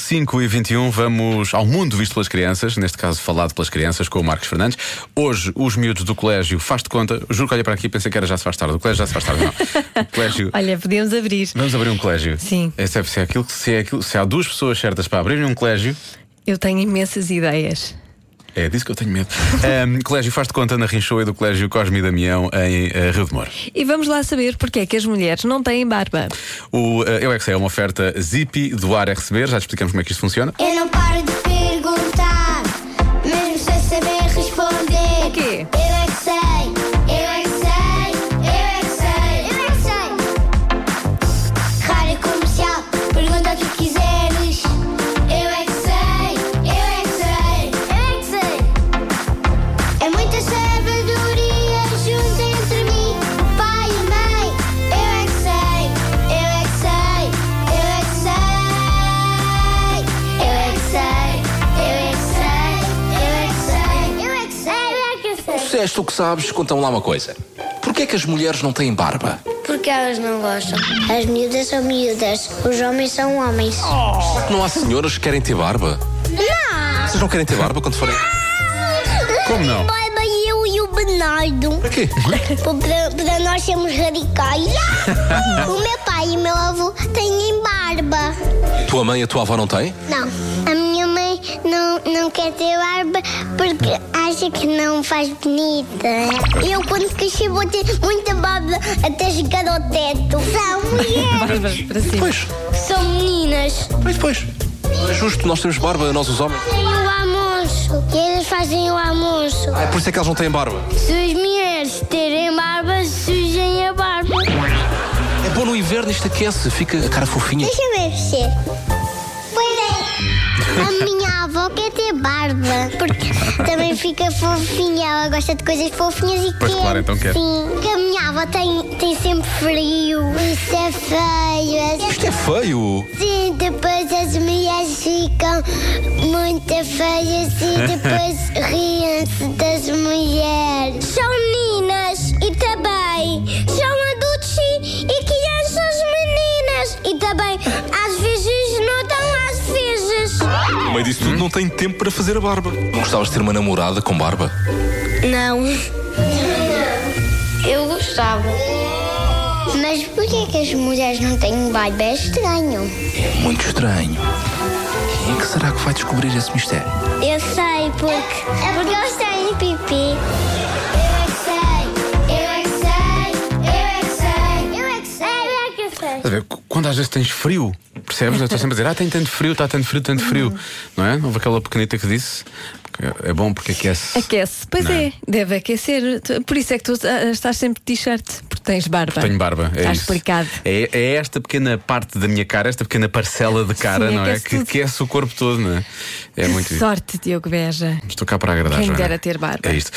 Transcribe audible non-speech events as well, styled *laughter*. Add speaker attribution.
Speaker 1: 5 e 21, vamos ao mundo visto pelas crianças, neste caso falado pelas crianças, com o Marcos Fernandes. Hoje, os miúdos do colégio, faz de conta, juro que olhei para aqui e pensei que era já se faz tarde. O colégio já se faz tarde, não. O colégio.
Speaker 2: Olha, podemos abrir.
Speaker 1: Vamos abrir um colégio.
Speaker 2: Sim.
Speaker 1: É, se, é, se, é aquilo, que- se, é aquilo, se há duas pessoas certas para abrir um colégio,
Speaker 2: Eu tenho imensas ideias.
Speaker 1: é disso que eu tenho medo. Ahm, colégio faz de conta na Rinchoa e do Colégio Cosme e Damião em eh, Rio de Moro.
Speaker 2: E vamos lá saber porque é que as mulheres não têm barba.
Speaker 1: O eh, Eu é que sei, é uma oferta Zip do ar a receber, já te explicamos como é que isto funciona.
Speaker 3: Eu não paro de perguntar, mesmo sem saber responder.
Speaker 2: O quê?
Speaker 3: Eu é que sei, eu é que sei, eu é que sei, eu é que sei. Rádio comercial, pergunta o que quiseres. Eu é que sei, eu é que sei, eu é que sei. É muita sabedoria junta entre mim, o pai e a mãe. Eu é que sei, eu é que sei, eu é que sei. Eu é que sei, eu é que sei, eu é que sei, eu é que sei, eu é que sei.
Speaker 4: Se és tu que sabes, conta-me lá uma coisa. Porquê é que as mulheres não têm barba?
Speaker 3: Porque elas não gostam. As miúdas são miúdas, os homens são homens.
Speaker 4: Será que não há senhoras que querem ter barba?
Speaker 3: Não!
Speaker 4: Vocês não querem ter barba quando forem.
Speaker 1: Como não?
Speaker 3: Baba, eu e o Bernardo.
Speaker 4: Para quê?
Speaker 3: Para, para nós sermos
Speaker 4: *laughs*
Speaker 3: radicais. o meu pai e o meu avô têm barba.
Speaker 4: Tua mãe e a tua avó não têm?
Speaker 3: Não. A minha mãe não, não quer ter barba porque acha que não faz bonita. Eu, quando crescer, vou ter muita barba até chegar ao teto. São
Speaker 2: *laughs*
Speaker 3: mulheres.
Speaker 2: Barbas para cima.
Speaker 4: Pois,
Speaker 3: São meninas.
Speaker 4: pois, pois. Não é justo, nós temos barba, nós os homens.
Speaker 3: Fazem o almoço. Eles fazem o almoço.
Speaker 4: Ah, é por isso é que elas não têm barba.
Speaker 3: Se as mulheres terem barba, sujem a barba.
Speaker 4: É bom no inverno, isto aquece, fica a cara fofinha.
Speaker 3: Deixa eu ver você. Pois é. A minha avó quer ter barba, porque também fica fofinha. Ela gosta de coisas fofinhas e
Speaker 1: Pois,
Speaker 3: quer.
Speaker 1: claro, então quer.
Speaker 3: Sim, porque a minha avó tem, tem sempre frio. Isso é feio. é-
Speaker 4: Isto é feio.
Speaker 3: Sim, depois as mulheres ficam muito feias e depois riem-se das mulheres. São meninas e também são adultos e, e crianças meninas. E também às vezes não tão às vezes.
Speaker 4: No meio disso tudo, não tem tempo para fazer a barba. Não gostavas de ter uma namorada com barba?
Speaker 3: Não. Eu gostava. Mas porquê que as mulheres não têm barba? É estranho.
Speaker 4: É muito estranho. Quem é que será que vai descobrir esse mistério?
Speaker 3: Eu sei, porque. É porque eles têm pipi. Eu é que sei, eu é que sei, eu é que sei, eu é que sei, eu é que sei.
Speaker 1: Estás a ver, quando às vezes tens frio, percebes? Eu estou sempre a dizer, ah, tem tanto frio, está tanto frio, tanto frio.
Speaker 2: Uhum.
Speaker 1: Não é? Houve aquela pequenita que disse, que é bom porque aquece.
Speaker 2: Aquece. Pois é, deve aquecer. Tu- Por isso é que tu ah, estás sempre de t-shirt, porque tens barba.
Speaker 1: Tenho barba, é
Speaker 2: Está
Speaker 1: isso.
Speaker 2: explicado.
Speaker 1: É, é esta pequena parte da minha cara, esta pequena parcela de cara,
Speaker 2: Sim,
Speaker 1: não é?
Speaker 2: aquece
Speaker 1: Que
Speaker 2: tudo.
Speaker 1: aquece o corpo todo, não é? É muito isso.
Speaker 2: Sorte, Diogo Beja.
Speaker 1: Estou cá para agradar,
Speaker 2: Quem me
Speaker 1: Joana.
Speaker 2: dera ter barba.
Speaker 1: É isto.